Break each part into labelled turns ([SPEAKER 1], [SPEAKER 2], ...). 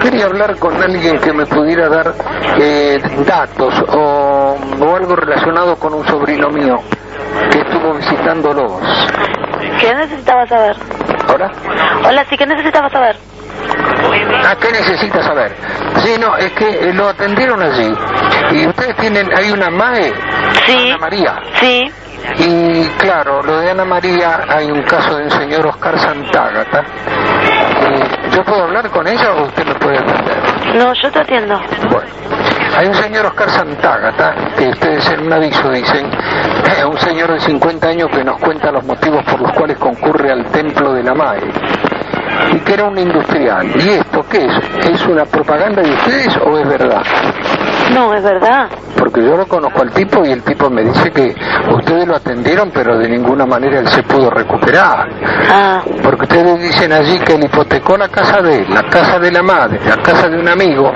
[SPEAKER 1] quería hablar con alguien que me pudiera dar eh, datos o, o algo relacionado con un sobrino mío que estuvo visitándolos.
[SPEAKER 2] ¿Qué necesitabas saber?
[SPEAKER 1] ¿Ahora?
[SPEAKER 2] Hola, sí, ¿qué necesitabas saber?
[SPEAKER 1] ¿A Ah, qué necesita saber? Sí, no, es que eh, lo atendieron allí. Y ustedes tienen, hay una MAE,
[SPEAKER 2] Sí.
[SPEAKER 1] Ana María.
[SPEAKER 2] Sí.
[SPEAKER 1] Y claro, lo de Ana María, hay un caso de un señor Oscar Santágata. Eh, ¿Yo puedo hablar con ella o usted me puede atender?
[SPEAKER 2] No, yo te atiendo.
[SPEAKER 1] Bueno, hay un señor Oscar Santágata, que ustedes en un aviso dicen, eh, un señor de 50 años que nos cuenta los motivos por los cuales concurre al templo de la madre. Y que era un industrial. ¿Y esto qué es? ¿Es una propaganda de ustedes o es verdad?
[SPEAKER 2] No, es verdad.
[SPEAKER 1] Porque yo lo conozco al tipo y el tipo me dice que ustedes lo atendieron pero de ninguna manera él se pudo recuperar.
[SPEAKER 2] Ah,
[SPEAKER 1] Porque ustedes dicen allí que él hipotecó la casa de él, la casa de la madre, la casa de un amigo,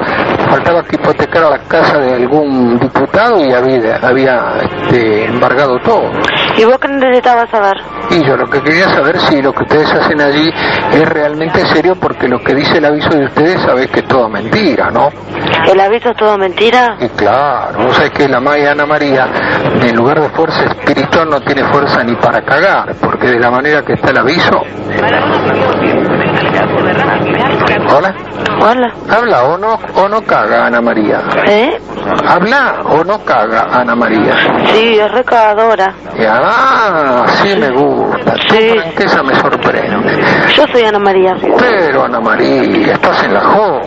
[SPEAKER 1] faltaba que hipotecara la casa de algún diputado y había, había este, embargado todo.
[SPEAKER 2] ¿y vos qué necesitabas saber?
[SPEAKER 1] Y yo lo que quería saber si lo que ustedes hacen allí es realmente serio, porque lo que dice el aviso de ustedes sabes que es todo mentira, ¿no?
[SPEAKER 2] ¿El aviso es todo mentira?
[SPEAKER 1] Y claro, vos sabés que la Maya Ana María, en lugar de fuerza espiritual, no tiene fuerza ni para cagar, porque de la manera que está el aviso... Hola.
[SPEAKER 2] Hola.
[SPEAKER 1] Habla o no, o no caga Ana María.
[SPEAKER 2] ¿Eh?
[SPEAKER 1] Habla o no caga Ana María.
[SPEAKER 2] Sí, es recagadora.
[SPEAKER 1] Y, ah, sí me gusta. Tu
[SPEAKER 2] Sí.
[SPEAKER 1] franqueza me sorprende.
[SPEAKER 2] Yo soy Ana María.
[SPEAKER 1] Pero Ana María, estás en la joda.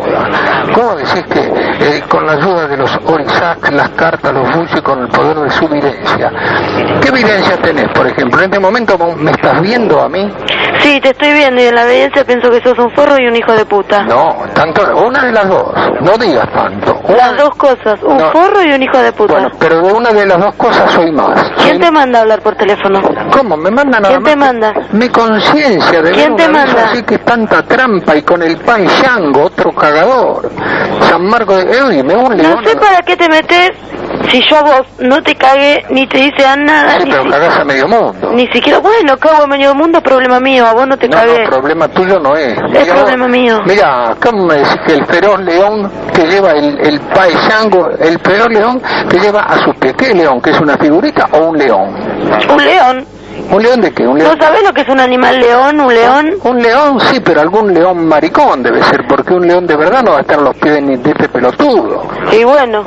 [SPEAKER 1] ¿Cómo decís que eh, con la ayuda de los Orizak, las cartas, los buches y con el poder de su evidencia? ¿Qué evidencia tenés, por ejemplo? En este momento vos me estás viendo a mí.
[SPEAKER 2] Sí, te estoy viendo y en la evidencia pienso que sos un forro y un hijo de puta.
[SPEAKER 1] No, tanto, una de las dos. No digas tanto. Una
[SPEAKER 2] Las
[SPEAKER 1] de-
[SPEAKER 2] dos cosas, un
[SPEAKER 1] No.
[SPEAKER 2] forro y un hijo de puta.
[SPEAKER 1] Bueno, pero de una de las dos cosas soy más.
[SPEAKER 2] ¿Quién
[SPEAKER 1] Soy-
[SPEAKER 2] te manda a hablar por teléfono?
[SPEAKER 1] ¿Cómo? ¿Me mandan a
[SPEAKER 2] ¿Quién te manda?
[SPEAKER 1] Mi conciencia de
[SPEAKER 2] ¿Quién
[SPEAKER 1] ver
[SPEAKER 2] te
[SPEAKER 1] un aviso
[SPEAKER 2] manda?
[SPEAKER 1] así que tanta trampa y con el pan Yango, otro cagador. San Marco de... Eh, oye, me un
[SPEAKER 2] No
[SPEAKER 1] león.
[SPEAKER 2] sé para qué te metes si yo a vos no te cagué ni te hice a nada,
[SPEAKER 1] Sí,
[SPEAKER 2] ni,
[SPEAKER 1] pero
[SPEAKER 2] si-
[SPEAKER 1] cagás a medio mundo.
[SPEAKER 2] ni siquiera. Bueno, cago en medio mundo, problema mío, a vos no te
[SPEAKER 1] no,
[SPEAKER 2] cagué.
[SPEAKER 1] no, problema tuyo no es.
[SPEAKER 2] Es problema mío.
[SPEAKER 1] Mira, ¿cómo me decís que el feroz león que lleva el, el pan Yango, el feroz león te lleva a sus pies? ¿Qué león? ¿Que es una figurita o un león?
[SPEAKER 2] Un león.
[SPEAKER 1] ¿Un león de qué? ¿Un león?
[SPEAKER 2] ¿No sabés lo que es un animal león, un león?
[SPEAKER 1] Un león, sí, pero algún león maricón debe ser, porque un león de verdad no va a estar a los pies de, ni- de este pelotudo.
[SPEAKER 2] Y bueno,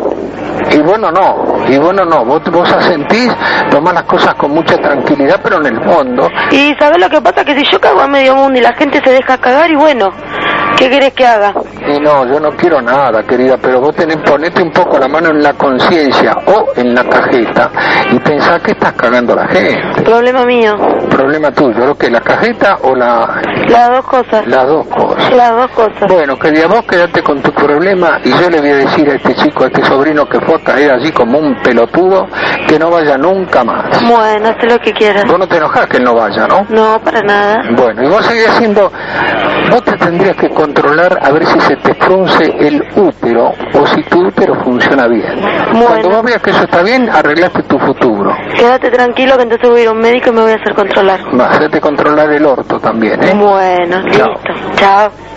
[SPEAKER 1] Y bueno, no, y bueno, no, vos, vos asentís, tomás las cosas con mucha tranquilidad, pero en el fondo,
[SPEAKER 2] y sabés lo que pasa, que si yo cago a medio mundo y la gente se deja cagar, y bueno, ¿qué querés que haga?
[SPEAKER 1] y no, yo no quiero nada, querida, pero vos tenés, ponete un poco la mano en la conciencia o en la cajeta y pensá que estás cagando a la gente.
[SPEAKER 2] Problema mío.
[SPEAKER 1] Problema tuyo, lo que la cajeta o la,
[SPEAKER 2] Las dos cosas.
[SPEAKER 1] las dos cosas.
[SPEAKER 2] Las dos cosas.
[SPEAKER 1] Bueno, querida, vos quedate con tu problema y yo le voy a decir a este chico, a este sobrino que fue a caer allí como un pelotudo, que no vaya nunca más.
[SPEAKER 2] Bueno, haz lo que quieras.
[SPEAKER 1] Vos no te enojás que él no vaya, ¿no?
[SPEAKER 2] No, para nada.
[SPEAKER 1] Bueno, y vos seguís haciendo... Vos te tendrías que controlar a ver si se te frunce el útero o si tu útero funciona bien.
[SPEAKER 2] Bueno.
[SPEAKER 1] Cuando vos veas que eso está bien, arreglaste tu futuro.
[SPEAKER 2] Quédate tranquilo que entonces voy a ir a un médico y me voy a hacer controlar.
[SPEAKER 1] Va, hacete controlar el orto también, ¿eh?
[SPEAKER 2] Bueno,
[SPEAKER 1] Chao.
[SPEAKER 2] listo. Chao.